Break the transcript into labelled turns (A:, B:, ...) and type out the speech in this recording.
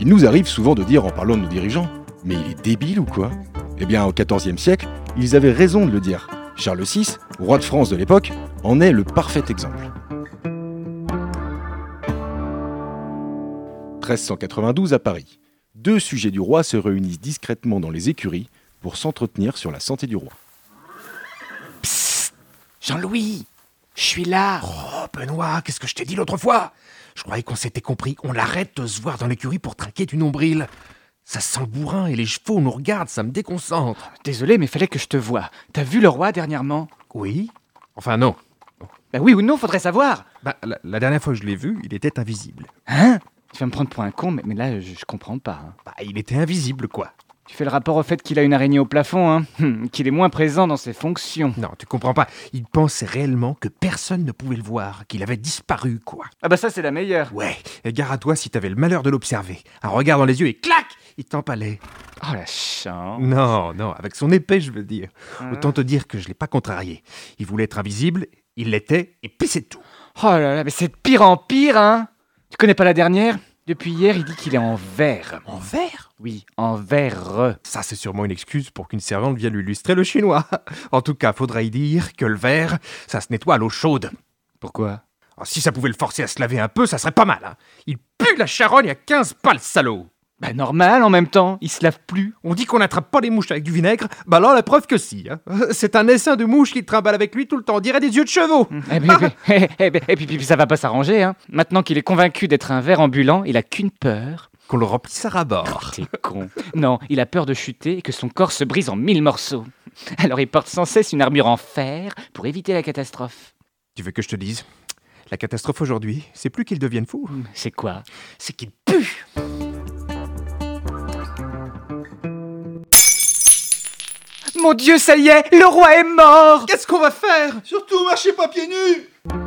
A: Il nous arrive souvent de dire en parlant de nos dirigeants Mais il est débile ou quoi Eh bien, au XIVe siècle, ils avaient raison de le dire. Charles VI, roi de France de l'époque, en est le parfait exemple. 1392 à Paris. Deux sujets du roi se réunissent discrètement dans les écuries pour s'entretenir sur la santé du roi.
B: Psst Jean-Louis Je suis là
C: Oh, Benoît, qu'est-ce que je t'ai dit l'autre fois Je croyais qu'on s'était compris. On arrête de se voir dans l'écurie pour trinquer du nombril. Ça sent le bourrin et les chevaux nous regardent, ça me déconcentre.
B: Désolé, mais fallait que je te voie. T'as vu le roi dernièrement
C: Oui Enfin, non.
B: Bah oui ou non, faudrait savoir
C: Bah, la, la dernière fois que je l'ai vu, il était invisible.
B: Hein Tu vas me prendre pour un con, mais, mais là, je, je comprends pas. hein.
C: Bah, il était invisible, quoi.
B: Tu fais le rapport au fait qu'il a une araignée au plafond, hein Hum, Qu'il est moins présent dans ses fonctions.
C: Non, tu comprends pas. Il pensait réellement que personne ne pouvait le voir, qu'il avait disparu, quoi.
B: Ah bah ça, c'est la meilleure
C: Ouais, et gare à toi si t'avais le malheur de l'observer. Un regard dans les yeux et clac Il t'empalait.
B: Oh la chance
C: Non, non, avec son épée, je veux dire. Autant te dire que je l'ai pas contrarié. Il voulait être invisible, il l'était, et puis c'est tout.
B: Oh là là, mais c'est de pire en pire, hein Tu connais pas la dernière Depuis hier, il dit qu'il est en verre.
C: En verre
B: Oui, en verre.
C: Hmm. Ça, c'est sûrement une excuse pour qu'une servante vienne lui illustrer le chinois. En tout cas, faudrait y dire que le verre, ça se nettoie à l'eau chaude.
B: Pourquoi
C: Ah, si ça pouvait le forcer à se laver un peu, ça serait pas mal. hein. Il pue la charogne à 15 pas, le salaud
B: Bah normal, en même temps, il se lave plus.
C: On dit qu'on n'attrape pas les mouches avec du vinaigre, bah là, la preuve que si. hein. C'est un essaim de mouches qui trimballe avec lui tout le temps, on dirait des yeux de chevaux.
B: Eh ben, eh ben, eh ben, Et puis, puis- puis ça va pas s'arranger, hein Maintenant qu'il est convaincu d'être un verre ambulant, il a qu'une peur.
C: Qu'on le remplisse à rabord.
B: T'es con. Non, il a peur de chuter et que son corps se brise en mille morceaux. Alors il porte sans cesse une armure en fer pour éviter la catastrophe.
C: Tu veux que je te dise La catastrophe aujourd'hui, c'est plus qu'il devienne fou,
B: C'est quoi
C: c'est qu'il pue.
B: Mon Dieu, ça y est, le roi est mort
C: Qu'est-ce qu'on va faire
D: Surtout marchez pas pieds nus